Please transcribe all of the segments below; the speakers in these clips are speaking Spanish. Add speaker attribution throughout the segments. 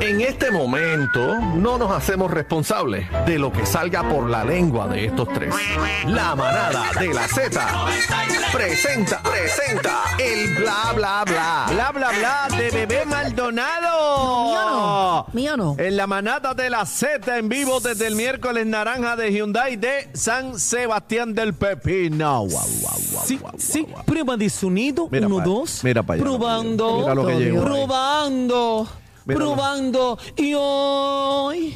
Speaker 1: En este momento no nos hacemos responsables de lo que salga por la lengua de estos tres. La manada de la Z presenta, presenta el bla bla bla.
Speaker 2: Bla, bla, bla, de bebé Maldonado.
Speaker 3: No, mío no, mío no.
Speaker 4: Eh,
Speaker 2: En la manada de la Z en vivo desde el miércoles naranja de Hyundai de San Sebastián del Pepino. Guau, guau, guau,
Speaker 4: Sí,
Speaker 2: guau,
Speaker 4: sí,
Speaker 2: guau, guau.
Speaker 4: prueba de sonido.
Speaker 2: Mira
Speaker 4: uno,
Speaker 2: pa-
Speaker 4: dos.
Speaker 2: mira pa allá,
Speaker 4: probando.
Speaker 2: mira lo que llegó ahí.
Speaker 4: probando.
Speaker 2: Mira lo-
Speaker 4: probando. Y hoy.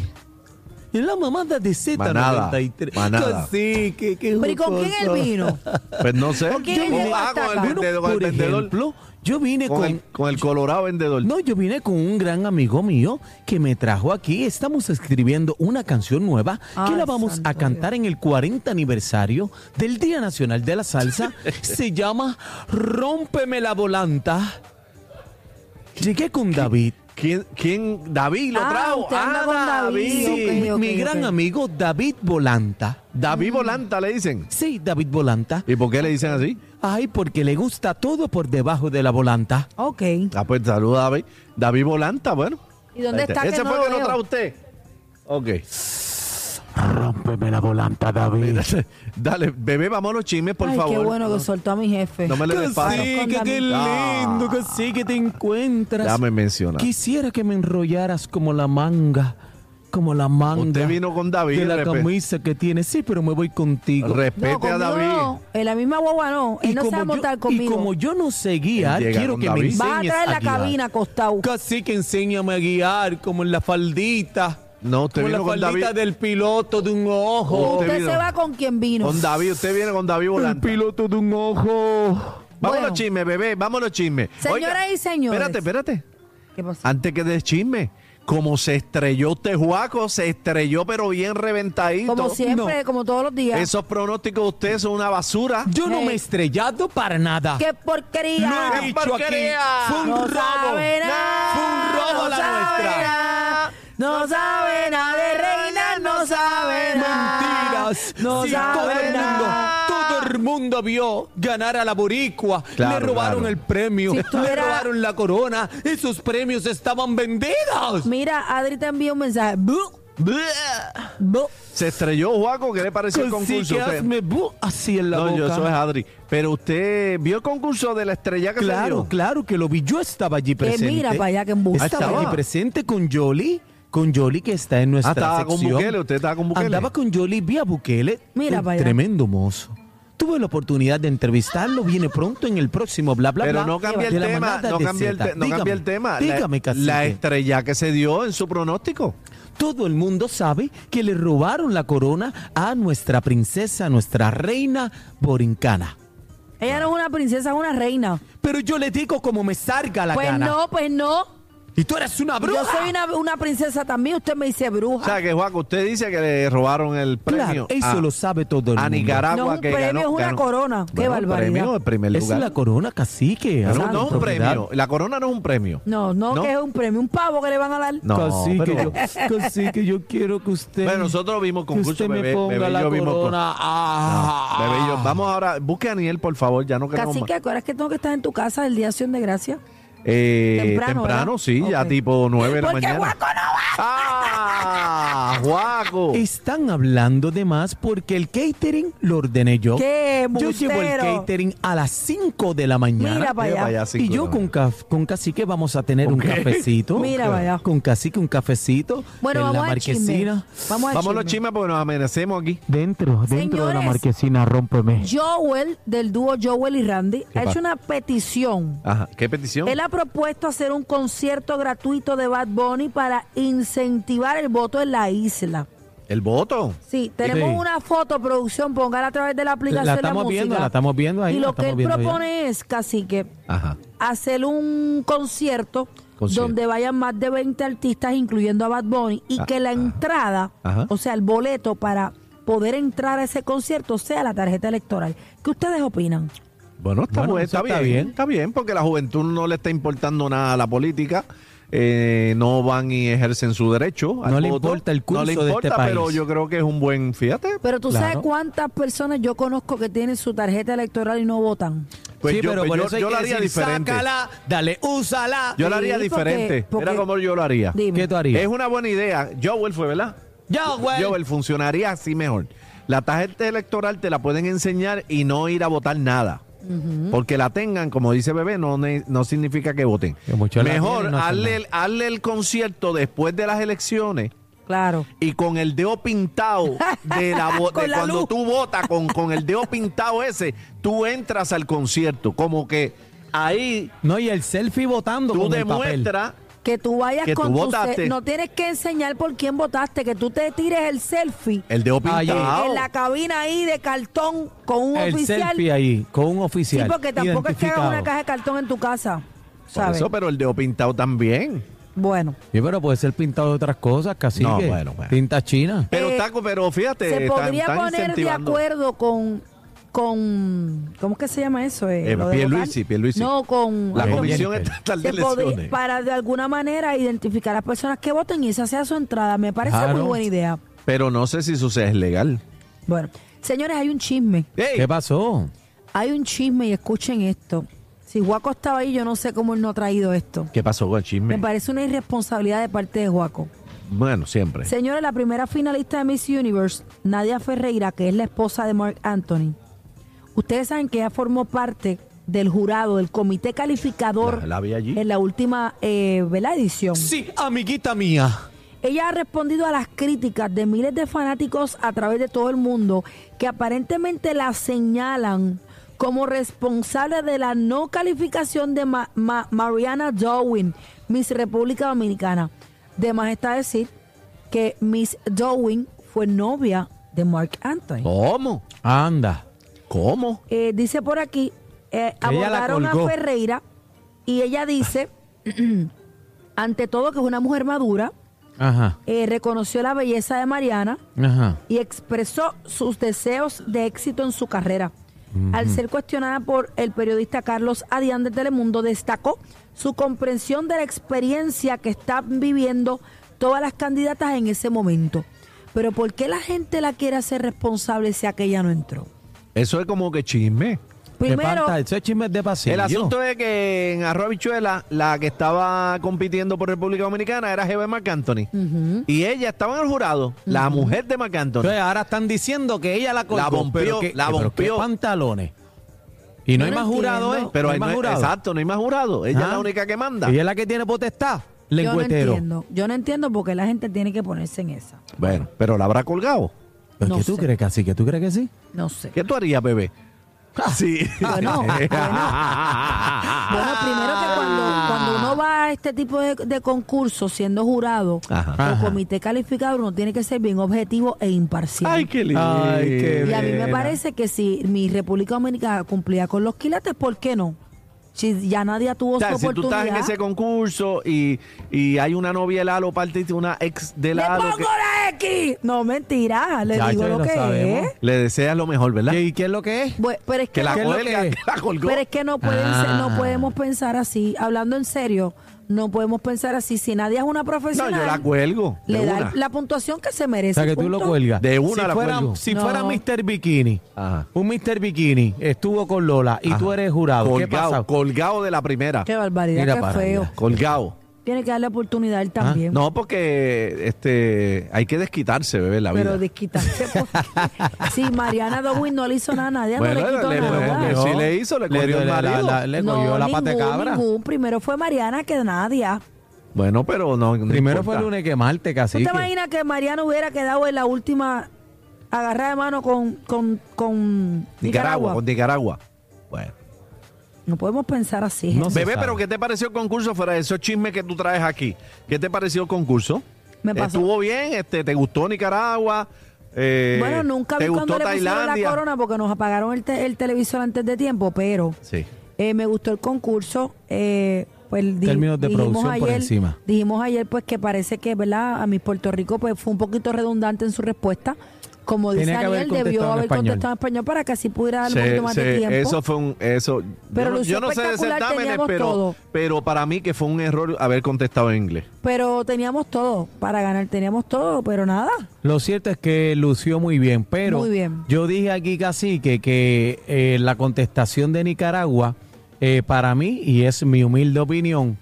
Speaker 4: Es la mamada de Z93.
Speaker 2: Manada, manada.
Speaker 4: Así, que, que
Speaker 3: Pero ¿y con quién él
Speaker 4: jocoso.
Speaker 3: vino?
Speaker 2: Pues no sé.
Speaker 3: ¿Con quién
Speaker 2: Yo
Speaker 3: es
Speaker 2: vine-
Speaker 3: el
Speaker 2: ah, con el
Speaker 3: ataca?
Speaker 2: vendedor. con
Speaker 4: Por
Speaker 2: el vendedor.
Speaker 4: ejemplo, yo vine
Speaker 2: Con
Speaker 4: con.
Speaker 2: el- con el colorado vendedor.
Speaker 4: No, yo vine con un gran amigo mío que me trajo aquí. Estamos escribiendo una canción nueva que
Speaker 3: Ay,
Speaker 4: la vamos
Speaker 3: santo
Speaker 4: a cantar en el 40 aniversario del Día Nacional de la Salsa. Se llama Rómpeme la Volanta. Llegué con David.
Speaker 2: ¿Quién, quién? David lo
Speaker 3: Ah,
Speaker 2: trajo.
Speaker 3: usted anda con David,
Speaker 2: David.
Speaker 3: ok.
Speaker 4: mi gran
Speaker 3: ok.
Speaker 4: amigo David Volanta.
Speaker 2: David Volanta le dicen.
Speaker 4: Sí, David Volanta.
Speaker 2: ¿Y por qué le dicen así?
Speaker 4: Ay, porque le gusta todo por debajo de la volanta.
Speaker 3: Ok.
Speaker 2: Ah, pues saluda a David. David Volanta, bueno.
Speaker 3: ¿Y dónde
Speaker 2: Ahí
Speaker 3: está que
Speaker 2: Ese
Speaker 3: no
Speaker 2: fue
Speaker 3: lo
Speaker 2: que lo
Speaker 3: veo?
Speaker 2: trajo usted. Ok.
Speaker 4: Rómpeme la volanta, David.
Speaker 2: Dale, bebé, vamos a los chismes, por
Speaker 3: Ay,
Speaker 2: favor.
Speaker 3: qué bueno que soltó a mi jefe.
Speaker 2: No me le
Speaker 4: Que
Speaker 2: des palo.
Speaker 4: sí,
Speaker 3: Con
Speaker 4: que qué
Speaker 3: David.
Speaker 4: lindo, que sí, que te encuentras.
Speaker 2: Déjame mencionar.
Speaker 4: Quisiera que me enrollaras como la manga, como la manga.
Speaker 2: Usted vino con David,
Speaker 4: De la
Speaker 2: repe-
Speaker 4: camisa que tienes, sí, pero me voy contigo.
Speaker 3: No,
Speaker 2: Respete a
Speaker 3: conmigo
Speaker 2: David.
Speaker 3: no. En la misma guagua no. Él no se va a montar
Speaker 4: yo, y
Speaker 3: conmigo.
Speaker 4: como yo no sé guiar,
Speaker 2: Llega
Speaker 4: quiero
Speaker 2: con
Speaker 4: que me
Speaker 2: David.
Speaker 3: Vas a
Speaker 4: enseñes
Speaker 3: traer
Speaker 4: a
Speaker 3: la
Speaker 4: guiar.
Speaker 3: cabina acostado.
Speaker 4: Casi que enséñame a guiar, como en la faldita.
Speaker 2: No, usted
Speaker 4: como
Speaker 2: vino
Speaker 4: la
Speaker 2: con
Speaker 4: faldita
Speaker 2: David.
Speaker 4: del piloto de un ojo.
Speaker 2: Usted
Speaker 3: Usted
Speaker 2: vino.
Speaker 3: se va con quien vino.
Speaker 2: Con David, usted viene con David
Speaker 4: El
Speaker 2: volante.
Speaker 4: piloto de un ojo.
Speaker 2: Vámonos
Speaker 3: Bueno.
Speaker 2: chisme, bebé, vámonos chisme.
Speaker 3: Señoras
Speaker 2: Oiga,
Speaker 3: y señores.
Speaker 2: Espérate, espérate.
Speaker 3: ¿Qué pasó?
Speaker 2: Antes que des chisme, como se estrelló este Juaco, se estrelló pero bien reventadito.
Speaker 3: Como siempre, como todos los días.
Speaker 2: Esos pronósticos de ustedes son una basura.
Speaker 4: Yo no
Speaker 3: Hey.
Speaker 4: me he estrellado para nada.
Speaker 3: ¡Qué
Speaker 4: Lo
Speaker 3: porquería!
Speaker 4: he dicho aquí.
Speaker 2: porquería!
Speaker 4: Fue un
Speaker 3: No
Speaker 4: robo.
Speaker 3: sabe nada,
Speaker 4: Fue un robo
Speaker 3: no
Speaker 4: la
Speaker 3: sabe
Speaker 4: nuestra.
Speaker 3: nada, No sabe nada de reina, no sabe nada.
Speaker 4: Mentiras.
Speaker 3: No
Speaker 4: Sí, todo
Speaker 3: sabe
Speaker 4: el mundo,
Speaker 3: nada.
Speaker 4: todo el mundo vio ganar a la boricua.
Speaker 2: Claro,
Speaker 4: le robaron
Speaker 2: claro.
Speaker 4: el premio,
Speaker 3: Si
Speaker 4: le
Speaker 3: estuviera-
Speaker 4: robaron la corona. Esos premios estaban vendidos.
Speaker 3: Mira, Adri te envía un mensaje. Bu, bu.
Speaker 2: Se estrelló Juaco, ¿qué le pareció el
Speaker 4: Así
Speaker 2: concurso?
Speaker 4: que
Speaker 2: Usted-
Speaker 4: hazme bu- así en la
Speaker 2: No,
Speaker 4: boca.
Speaker 2: yo soy Adri. Pero usted vio el concurso de la estrella que se
Speaker 4: Claro,
Speaker 2: dio?
Speaker 4: claro que lo vi. Yo estaba allí
Speaker 3: Que
Speaker 4: presente.
Speaker 3: mira para allá que Ah. embuste.
Speaker 4: Estaba
Speaker 2: estaba.
Speaker 4: allí presente con Yoli, con Yoli que está en nuestra
Speaker 2: Ah, estaba con
Speaker 4: sección.
Speaker 2: Bukele, usted estaba con Bukele.
Speaker 4: Andaba con Yoli, vi a Bukele.
Speaker 3: Mira
Speaker 4: un
Speaker 3: para allá.
Speaker 4: Tremendo mozo. Tuve la oportunidad de entrevistarlo, viene pronto en el próximo bla bla
Speaker 2: Pero
Speaker 4: bla.
Speaker 2: no cambia
Speaker 4: de
Speaker 2: el
Speaker 4: la
Speaker 2: tema,
Speaker 4: manada
Speaker 2: no
Speaker 4: de
Speaker 2: cambia el,
Speaker 4: Zeta.
Speaker 2: te- no cambia el
Speaker 4: Dígame,
Speaker 2: tema.
Speaker 4: Dígame,
Speaker 2: la,
Speaker 4: cacique.
Speaker 2: la estrella que se dio en su pronóstico.
Speaker 4: Todo el mundo sabe que le robaron la corona a nuestra princesa, nuestra reina borincana.
Speaker 3: Ella no es una princesa, es una reina.
Speaker 4: Pero yo le digo como me salga la
Speaker 3: Pues
Speaker 4: gana.
Speaker 3: no, pues no.
Speaker 4: Y tú eres una bruja.
Speaker 3: Yo soy una, una princesa también, usted me dice
Speaker 2: O
Speaker 3: bruja.
Speaker 2: sea, que Juaco, usted dice que le robaron el
Speaker 4: Claro,
Speaker 2: premio.
Speaker 4: eso
Speaker 2: a-
Speaker 4: lo sabe todo el
Speaker 2: a
Speaker 4: mundo.
Speaker 2: Nicaragua
Speaker 3: No es un
Speaker 2: que
Speaker 3: premio,
Speaker 2: ganó-
Speaker 3: es una
Speaker 2: ganó-
Speaker 3: corona. Qué
Speaker 2: el
Speaker 3: barbaridad.
Speaker 2: premio en primer
Speaker 4: Esa
Speaker 2: lugar.
Speaker 4: es la corona cacique.
Speaker 2: Ganó-
Speaker 3: Exacto.
Speaker 2: no es un
Speaker 4: propiedad.
Speaker 2: premio. La corona no es un premio.
Speaker 3: No, no, que es un premio, un pavo que le van a dar.
Speaker 2: No,
Speaker 4: cacique,
Speaker 2: pero-
Speaker 4: yo, cacique, yo quiero que usted.
Speaker 2: Bueno, nosotros vimos
Speaker 4: que
Speaker 2: concurso,
Speaker 4: usted
Speaker 2: bebé,
Speaker 4: me ponga
Speaker 2: bebé y
Speaker 4: la
Speaker 2: yo vimos
Speaker 4: corona.
Speaker 2: No,
Speaker 4: Ah.
Speaker 2: bebé y yo- Vamos ahora, busque a Aniel, por favor, ya no queremos
Speaker 3: Casi que
Speaker 2: más.
Speaker 3: acuerdas que tengo que estar en tu casa el día de acción de gracia.
Speaker 2: Eh, temprano,
Speaker 3: temprano, ¿verdad?
Speaker 2: sí, ya
Speaker 3: Ok.
Speaker 2: tipo 9 de la
Speaker 3: Porque
Speaker 2: mañana.
Speaker 3: Guaco no va.
Speaker 2: ¡Ah! ¡Guaco!
Speaker 4: Están hablando de más porque el catering lo ordené yo.
Speaker 3: ¡Qué
Speaker 4: Yo llevo el
Speaker 3: embustero!
Speaker 4: catering a las 5 de la mañana.
Speaker 3: Mira para
Speaker 2: Mira pa'
Speaker 3: allá.
Speaker 2: allá,
Speaker 4: y
Speaker 2: cinco
Speaker 4: yo
Speaker 2: de la
Speaker 4: con, caf- con cacique vamos a tener un
Speaker 2: Ok.
Speaker 4: cafecito.
Speaker 3: Mira, vaya.
Speaker 4: Con cacique un cafecito.
Speaker 3: Bueno,
Speaker 4: en la
Speaker 3: vamos al chisme.
Speaker 4: marquesina.
Speaker 3: Vamos al
Speaker 2: Vamos los
Speaker 3: chisme.
Speaker 2: chismes porque nos amanecemos aquí.
Speaker 4: Dentro, dentro de la
Speaker 3: Señores.
Speaker 4: marquesina, rómpeme.
Speaker 3: Joel, del dúo Joel y Randy, ha
Speaker 2: pasa?
Speaker 3: hecho una petición.
Speaker 2: Ajá, ¿qué petición?
Speaker 3: Él ha propuesto hacer un concierto gratuito de Bad Bunny para incentivar el voto en la isla.
Speaker 2: El voto.
Speaker 3: Sí, tenemos
Speaker 4: Sí.
Speaker 3: una foto, producción, póngala a través de la aplicación
Speaker 4: La
Speaker 3: de
Speaker 4: estamos
Speaker 3: música.
Speaker 4: viendo, la estamos viendo ahí,
Speaker 3: Y
Speaker 4: la
Speaker 3: lo que
Speaker 4: estamos
Speaker 3: él
Speaker 4: viendo
Speaker 3: propone es, cacique,
Speaker 2: Ajá.
Speaker 3: hacer un concierto,
Speaker 2: Concierto.
Speaker 3: donde vayan más de 20 artistas, incluyendo a Bad Bunny, y
Speaker 2: Ah,
Speaker 3: que la entrada,
Speaker 2: Ajá.
Speaker 3: o sea, el boleto para poder entrar a ese concierto sea la tarjeta electoral. ¿Qué ustedes opinan?
Speaker 2: Bueno, está,
Speaker 4: Bueno,
Speaker 2: bueno,
Speaker 4: eso
Speaker 2: está,
Speaker 4: está
Speaker 2: bien,
Speaker 4: bien.
Speaker 2: Está bien, porque la juventud no le está importando nada a la política. eh, no van y ejercen su derecho. al
Speaker 4: No le
Speaker 2: voto.
Speaker 4: importa el curso
Speaker 2: No le
Speaker 4: de este
Speaker 2: importa,
Speaker 4: país.
Speaker 2: pero yo creo que es un buen, fíjate.
Speaker 3: Pero tú sabes
Speaker 4: Claro.
Speaker 3: cuántas personas yo conozco que tienen su tarjeta electoral y no votan.
Speaker 2: Pues
Speaker 4: sí,
Speaker 2: yo,
Speaker 4: pero
Speaker 2: pues
Speaker 4: por
Speaker 2: yo-
Speaker 4: eso hay
Speaker 2: yo
Speaker 4: que
Speaker 2: lo haría
Speaker 4: decir,
Speaker 2: diferente.
Speaker 4: sácala, dale, úsala.
Speaker 2: Yo lo haría
Speaker 3: Sí, porque-
Speaker 2: diferente.
Speaker 3: porque-
Speaker 2: Era como yo lo haría.
Speaker 3: Dime.
Speaker 4: ¿Qué tú harías?
Speaker 2: Es una buena idea. Joel fue, ¿verdad?
Speaker 4: Ya, güey.
Speaker 2: Joel, funcionaría así mejor. La tarjeta electoral te la pueden enseñar y no ir a votar nada. Porque la tengan, como dice Bebé, no, ne- no significa que voten.
Speaker 4: Que muchos la
Speaker 2: Mejor,
Speaker 4: tienen y no hacen
Speaker 2: hazle,
Speaker 4: nada.
Speaker 2: el, hazle el concierto después de las elecciones
Speaker 3: Claro.
Speaker 2: y con el dedo pintado de, la vo- de
Speaker 3: Con la
Speaker 2: cuando
Speaker 3: luz.
Speaker 2: tú votas, con, con el dedo pintado ese, tú entras al concierto. Como que ahí
Speaker 4: No, y el selfie votando
Speaker 2: tú
Speaker 4: con el papel.
Speaker 2: demuestras...
Speaker 3: Que tú vayas
Speaker 2: Que tú
Speaker 3: con tu
Speaker 2: votaste.
Speaker 3: cel- No tienes que enseñar por quién votaste, que tú te tires el selfie
Speaker 2: El dedo
Speaker 4: Ahí.
Speaker 2: pintado.
Speaker 3: en la cabina ahí de cartón con un
Speaker 4: el
Speaker 3: oficial.
Speaker 4: selfie ahí, con un
Speaker 3: Sí,
Speaker 4: oficial.
Speaker 3: porque tampoco es que hagas una
Speaker 4: identificado.
Speaker 3: caja de cartón en tu casa.
Speaker 2: Por
Speaker 3: ¿Sabes?
Speaker 2: eso, pero el dedo pintado también.
Speaker 3: Bueno.
Speaker 4: Sí, pero puede ser pintado de otras cosas, casi.
Speaker 2: No, bueno, bueno.
Speaker 4: Tinta china.
Speaker 2: Pero,
Speaker 3: Eh,
Speaker 2: Taco, pero fíjate,
Speaker 3: se
Speaker 2: están-
Speaker 3: podría
Speaker 2: están
Speaker 3: poner de
Speaker 2: incentivando.
Speaker 3: acuerdo con con ¿cómo es que se llama eso? Eh,
Speaker 2: Eh,
Speaker 3: lo de
Speaker 2: Pierluisi,
Speaker 3: votar?
Speaker 2: Pierluisi.
Speaker 3: No, con
Speaker 2: La
Speaker 4: Ay,
Speaker 2: Comisión
Speaker 4: Jennifer.
Speaker 2: Estatal de
Speaker 3: se podría-
Speaker 2: Elecciones.
Speaker 3: para de alguna manera identificar a las personas que voten y esa sea su entrada. Me parece
Speaker 4: Claro.
Speaker 3: muy buena idea.
Speaker 2: Pero no sé si eso sea legal.
Speaker 3: Bueno, señores, hay un chisme.
Speaker 2: Ey,
Speaker 4: ¿Qué pasó?
Speaker 3: Hay un chisme y escuchen esto. Si Guaco estaba ahí, yo no sé cómo él no ha traído esto.
Speaker 2: ¿Qué pasó con el chisme?
Speaker 3: Me parece una irresponsabilidad de parte de Guaco.
Speaker 2: Bueno, siempre.
Speaker 3: Señores, la primera finalista de Miss Universe, Nadia Ferreira, que es la esposa de Mark Anthony. Ustedes saben que ella formó parte del jurado, del comité calificador
Speaker 2: La- la vi allí.
Speaker 3: en la última eh, ¿verdad? edición.
Speaker 4: Sí, amiguita mía.
Speaker 3: Ella ha respondido a las críticas de miles de fanáticos a través de todo el mundo que aparentemente la señalan como responsable de la no calificación de Ma- Ma- Mariana Dowin, Miss República Dominicana. De más está decir que Miss Dowin fue novia de Mark Anthony.
Speaker 4: Oh.
Speaker 2: ¿Cómo?
Speaker 4: Anda.
Speaker 2: ¿Cómo?
Speaker 3: Eh, dice por aquí, eh,
Speaker 4: Que ella la
Speaker 3: abordaron a
Speaker 4: colgó.
Speaker 3: Ferreira y ella dice, ante todo que es una mujer madura,
Speaker 4: Ajá,
Speaker 3: eh, reconoció la belleza de Mariana
Speaker 4: ajá.
Speaker 3: y expresó sus deseos de éxito en su carrera. Al ser cuestionada por el periodista Carlos Adián de Telemundo, destacó su comprensión de la experiencia que están viviendo todas las candidatas en ese momento. Pero ¿por qué la gente la quiere hacer responsable si aquella no entró?
Speaker 2: Eso es como que chisme.
Speaker 4: Qué
Speaker 3: Primero,
Speaker 4: panta, eso es chisme de pasillo.
Speaker 2: el asunto es que en Arroba Bichuela, la que estaba compitiendo por República Dominicana era Jebe McAnthony. Y ella estaba en el jurado, la mujer de McAnthony.
Speaker 4: Entonces, ahora están diciendo que ella la colgó.
Speaker 2: La bombeó,
Speaker 4: pero que-
Speaker 2: la
Speaker 4: pero qué
Speaker 2: bombeó.
Speaker 4: pantalones. Y
Speaker 3: Yo
Speaker 4: no, hay
Speaker 3: no
Speaker 4: más jurado,
Speaker 3: entiendo.
Speaker 4: ¿eh? no
Speaker 2: Pero ahí
Speaker 4: hay
Speaker 2: no
Speaker 4: más
Speaker 2: es-
Speaker 4: jurado.
Speaker 2: exacto, no hay más jurado. Ella es
Speaker 4: Ah.
Speaker 2: la única que manda.
Speaker 4: Ella es la que tiene potestad.
Speaker 3: yo no
Speaker 4: Lengüetero.
Speaker 3: entiendo. Yo no entiendo por qué la gente tiene que ponerse en esa.
Speaker 2: Bueno, pero la habrá colgado.
Speaker 4: ¿Pero
Speaker 3: No
Speaker 4: qué tú
Speaker 3: sé.
Speaker 4: crees que así? ¿Qué tú crees que sí?
Speaker 3: No sé.
Speaker 2: ¿Qué tú harías, bebé? Sí.
Speaker 3: Bueno, Bueno, primero que cuando, cuando uno va a este tipo de, de concursos siendo jurado
Speaker 2: Ajá.
Speaker 4: Ajá.
Speaker 3: o comité calificado, uno tiene que ser bien objetivo e imparcial.
Speaker 2: Ay, qué lindo.
Speaker 4: Ay, qué
Speaker 3: y a mí me
Speaker 4: pena.
Speaker 3: parece que si mi República Dominicana cumplía con los quilates, ¿por qué no? Si ya nadie tuvo
Speaker 2: O sea,
Speaker 3: su
Speaker 2: si tú
Speaker 3: oportunidad.
Speaker 2: estás en ese concurso y, y hay una novia de Lalo, parte de una ex de
Speaker 3: ¡Le
Speaker 2: Lalo,
Speaker 3: pongo
Speaker 2: que
Speaker 3: la X! No, mentira, le
Speaker 4: Ya,
Speaker 3: digo
Speaker 4: ya
Speaker 3: lo
Speaker 4: lo
Speaker 3: que
Speaker 4: sabemos.
Speaker 3: es.
Speaker 2: le deseas lo mejor, ¿verdad?
Speaker 4: ¿Qué- ¿Y qué es lo que es?
Speaker 3: Bueno, pero es que,
Speaker 2: Que la
Speaker 3: no-
Speaker 4: ¿Qué es lo
Speaker 2: cuelga,
Speaker 4: que-
Speaker 2: que la colgó.
Speaker 3: Pero es que no, pueden ser- no
Speaker 4: Ah.
Speaker 3: podemos pensar así. Hablando en serio, no podemos pensar así. Si nadie es una
Speaker 2: No,
Speaker 3: profesional,
Speaker 2: yo la cuelgo.
Speaker 3: le
Speaker 2: de
Speaker 3: da
Speaker 2: una.
Speaker 3: la puntuación que se
Speaker 4: O
Speaker 3: merece.
Speaker 4: sea, que tú
Speaker 3: punto.
Speaker 4: lo cuelgas.
Speaker 2: De una
Speaker 4: si
Speaker 2: la
Speaker 4: fuera,
Speaker 2: cuelgo.
Speaker 4: Si
Speaker 3: No.
Speaker 4: fuera Mr. Bikini,
Speaker 2: Ajá.
Speaker 4: un Mr. Bikini estuvo con Lola y
Speaker 2: Ajá.
Speaker 4: tú eres jurado. ¿Qué pasa?
Speaker 2: Colgado, colgado de la primera.
Speaker 3: Qué barbaridad,
Speaker 4: Mira
Speaker 3: qué
Speaker 4: para
Speaker 3: feo.
Speaker 4: allá. Ah,
Speaker 2: Colgado.
Speaker 3: Tiene que darle oportunidad a él también.
Speaker 2: No, porque este hay que desquitarse, bebé, la
Speaker 3: pero
Speaker 2: vida.
Speaker 3: desquitarse porque si Mariana Dowin no le hizo nada a nadie, no
Speaker 2: Bueno,
Speaker 3: le quitó
Speaker 2: le- le-
Speaker 3: nada.
Speaker 2: le- si le hizo, le cogió el
Speaker 4: la- la-
Speaker 2: marido.
Speaker 4: la- le cogió
Speaker 3: no,
Speaker 4: la pata de
Speaker 3: ningún,
Speaker 4: cabra.
Speaker 3: ningún. Primero fue Mariana que nadie.
Speaker 2: Bueno, pero no. no
Speaker 4: Primero
Speaker 2: importa.
Speaker 4: fue el lunes que Marte,
Speaker 3: ¿Tú
Speaker 4: casi.
Speaker 3: te imaginas que Mariana hubiera quedado en la última agarrada de mano con, con, con
Speaker 2: Nicaragua, con Nicaragua. Bueno.
Speaker 3: No podemos pensar así.
Speaker 4: No
Speaker 3: gente.
Speaker 4: se
Speaker 2: Bebé,
Speaker 4: sabe.
Speaker 2: pero ¿qué te pareció el concurso fuera de esos chismes que tú traes aquí? ¿Qué te pareció el concurso?
Speaker 3: Me pasó.
Speaker 2: ¿Estuvo bien? Este, ¿Te gustó Nicaragua? Eh,
Speaker 3: Bueno, nunca
Speaker 2: ¿Te
Speaker 3: vi
Speaker 2: gustó
Speaker 3: cuando le pusieron la
Speaker 2: Tailandia?
Speaker 3: corona porque nos apagaron el, te- el televisor antes de tiempo, pero
Speaker 2: Sí.
Speaker 3: eh, me gustó el concurso. Eh, pues di-
Speaker 4: Términos de
Speaker 3: dijimos
Speaker 4: producción por
Speaker 3: ayer-
Speaker 4: encima.
Speaker 3: Dijimos ayer pues que parece que, ¿verdad? A mi Puerto Rico pues fue un poquito redundante en su respuesta. Como dice
Speaker 4: Tenía que haber
Speaker 3: Daniel, debió
Speaker 4: contestado en
Speaker 3: haber
Speaker 4: español.
Speaker 3: contestado en español para que así pudiera dar un
Speaker 2: Se-
Speaker 3: poquito más de
Speaker 2: se-
Speaker 3: tiempo.
Speaker 2: Eso fue un. Eso,
Speaker 3: Pero
Speaker 2: yo no-
Speaker 3: lució
Speaker 2: yo, no sé de
Speaker 3: espectacular,
Speaker 2: certámenes,
Speaker 3: teníamos
Speaker 2: pero,
Speaker 3: todo.
Speaker 2: pero para mí que fue un error haber contestado en inglés.
Speaker 3: Pero teníamos todo para ganar, teníamos todo, pero nada.
Speaker 4: Lo cierto es que lució muy bien, pero
Speaker 3: Muy bien.
Speaker 4: yo dije aquí casi que, que eh, la contestación de Nicaragua, eh, para mí, y es mi humilde opinión,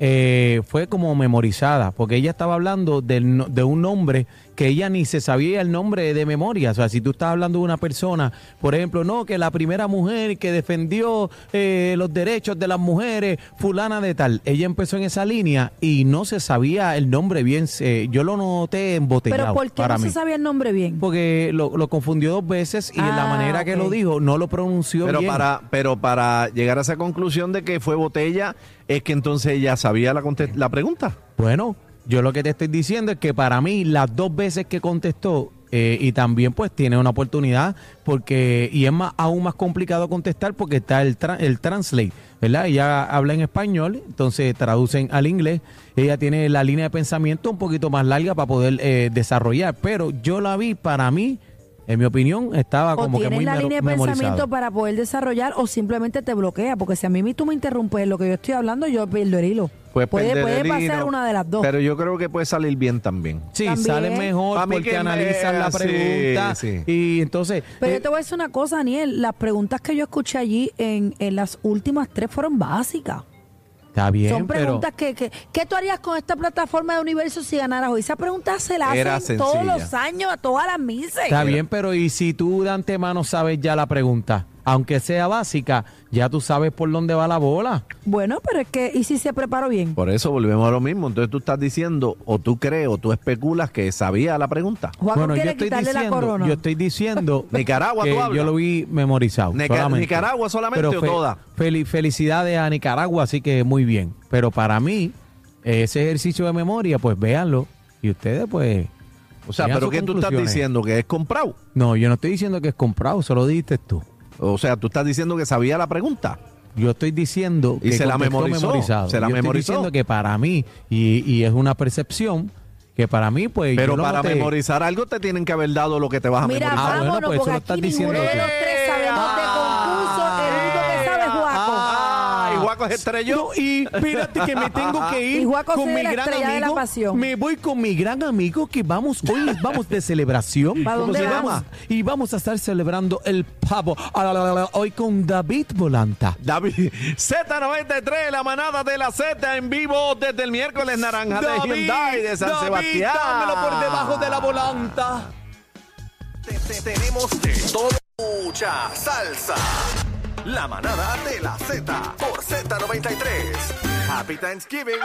Speaker 4: eh, fue como memorizada, porque ella estaba hablando del no- de un nombre que ella ni se sabía el nombre de memoria. O sea, si tú estás hablando de una persona, por ejemplo, no, que la primera mujer que defendió eh, los derechos de las mujeres, fulana de tal, ella empezó en esa línea y no se sabía el nombre bien. eh, yo lo noté embotellado
Speaker 3: Pero ¿por qué
Speaker 4: para
Speaker 3: no se
Speaker 4: mí.
Speaker 3: sabía el nombre bien?
Speaker 4: Porque lo, lo confundió dos veces y
Speaker 3: Ah,
Speaker 4: la manera que
Speaker 3: ok.
Speaker 4: lo dijo no lo pronunció
Speaker 2: Pero
Speaker 4: bien.
Speaker 2: para, pero para llegar a esa conclusión de que fue botella, es que entonces ella sabía la, contest- la pregunta.
Speaker 4: Bueno, yo lo que te estoy diciendo es que para mí las dos veces que contestó eh, y también pues tiene una oportunidad porque y es más aún más complicado contestar porque está el tra- el translate, ¿verdad? Ella habla en español, entonces traducen al inglés. Ella tiene la línea de pensamiento un poquito más larga para poder eh, desarrollar, pero yo la vi para mí en mi opinión estaba
Speaker 3: o
Speaker 4: Ah, como que
Speaker 3: tienes
Speaker 4: muy
Speaker 3: la
Speaker 4: mero-
Speaker 3: línea de
Speaker 4: memorizada.
Speaker 3: pensamiento para poder desarrollar o simplemente te bloquea, porque si a mí tú me interrumpes lo que yo estoy hablando, yo pierdo el hilo.
Speaker 2: Pues
Speaker 3: puede
Speaker 2: perder
Speaker 3: puede
Speaker 2: el
Speaker 3: pasar
Speaker 2: hilo,
Speaker 3: una de las dos.
Speaker 2: Pero yo creo que puede salir bien también.
Speaker 4: Sí,
Speaker 3: También.
Speaker 4: sale
Speaker 2: Pa'
Speaker 4: mejor
Speaker 2: mí que
Speaker 4: porque
Speaker 2: me-
Speaker 4: analizan la
Speaker 2: sí,
Speaker 4: pregunta
Speaker 2: sí.
Speaker 4: y entonces
Speaker 3: Pero
Speaker 4: eh,
Speaker 3: yo te voy a decir una cosa, Daniel. Las preguntas que yo escuché allí en, en las últimas tres fueron básicas.
Speaker 4: está bien,
Speaker 3: Son
Speaker 4: pero
Speaker 3: preguntas que, que... ¿Qué tú harías con esta plataforma de universo si ganaras hoy? Esa pregunta se la
Speaker 2: Era
Speaker 3: hacen todos
Speaker 2: sencilla.
Speaker 3: los años a todas las mises.
Speaker 4: está bien, pero y si tú de antemano sabes ya la pregunta, aunque sea básica, ya tú sabes por dónde va la bola.
Speaker 3: Bueno, pero es que... ¿Y si se preparó bien?
Speaker 2: Por eso volvemos a lo mismo. Entonces tú estás diciendo, o tú crees, o tú especulas que sabía la pregunta.
Speaker 3: Juan
Speaker 4: bueno, yo
Speaker 3: quiere
Speaker 4: estoy
Speaker 3: quitarle la
Speaker 4: diciendo,
Speaker 3: corona.
Speaker 4: yo estoy diciendo
Speaker 2: Nicaragua,
Speaker 4: que
Speaker 2: tú hablas.
Speaker 4: yo lo vi memorizado.
Speaker 2: Nica-
Speaker 4: solamente.
Speaker 2: Nicaragua solamente
Speaker 4: Pero
Speaker 2: o toda.
Speaker 4: fel- felicidades a Nicaragua, así que muy bien. Pero para mí ese ejercicio de memoria, pues véanlo y ustedes pues
Speaker 2: O sea,
Speaker 4: tengan
Speaker 2: pero
Speaker 4: sus
Speaker 2: ¿qué tú estás
Speaker 4: conclusiones.
Speaker 2: diciendo? ¿Que es comprado?
Speaker 4: No, yo no estoy diciendo que es comprado, se lo dijiste tú.
Speaker 2: O sea, tú estás diciendo que sabía la pregunta.
Speaker 4: Yo estoy diciendo
Speaker 2: Y
Speaker 4: que
Speaker 2: se la
Speaker 4: contestó
Speaker 2: memorizó,
Speaker 4: memorizado.
Speaker 2: se la
Speaker 4: Yo
Speaker 2: memorizó.
Speaker 4: Estoy diciendo que para mí y, y es una percepción que para mí pues
Speaker 2: Pero
Speaker 4: yo lo
Speaker 2: para
Speaker 4: noté.
Speaker 2: memorizar algo te tienen que haber dado lo que te vas a
Speaker 3: Mira,
Speaker 2: memorizar.
Speaker 4: Ah, bueno,
Speaker 3: vámonos,
Speaker 4: pues eso
Speaker 3: porque
Speaker 4: lo
Speaker 3: aquí
Speaker 4: estás
Speaker 3: ninguno
Speaker 4: diciendo
Speaker 3: de
Speaker 4: tú.
Speaker 3: los tres sabemos de concurso. El único que sabe es Juaco.
Speaker 2: Ah, y Guaco se estrelló.
Speaker 4: No, y espérate que me tengo que ir
Speaker 3: Y Juaco
Speaker 4: con
Speaker 3: se
Speaker 4: mi
Speaker 3: la
Speaker 4: gran
Speaker 3: estrella de la
Speaker 4: amigo.
Speaker 3: pasión.
Speaker 4: Me voy con mi gran amigo que vamos, hoy nos vamos de celebración.
Speaker 3: ¿Para
Speaker 4: ¿Cómo
Speaker 3: dónde
Speaker 4: se
Speaker 3: vamos?
Speaker 4: llama? Y vamos a estar celebrando el pavo. Ah, la, la, la, Hoy con David Volanta.
Speaker 2: David, Z93, la manada de la Z en vivo desde el miércoles naranja de Hyundai de San
Speaker 4: David,
Speaker 2: Sebastián.
Speaker 4: dámelo por debajo de la volanta.
Speaker 5: Te- te- Tenemos de todo mucha salsa. La manada de la Z por Z93. Happy Thanksgiving.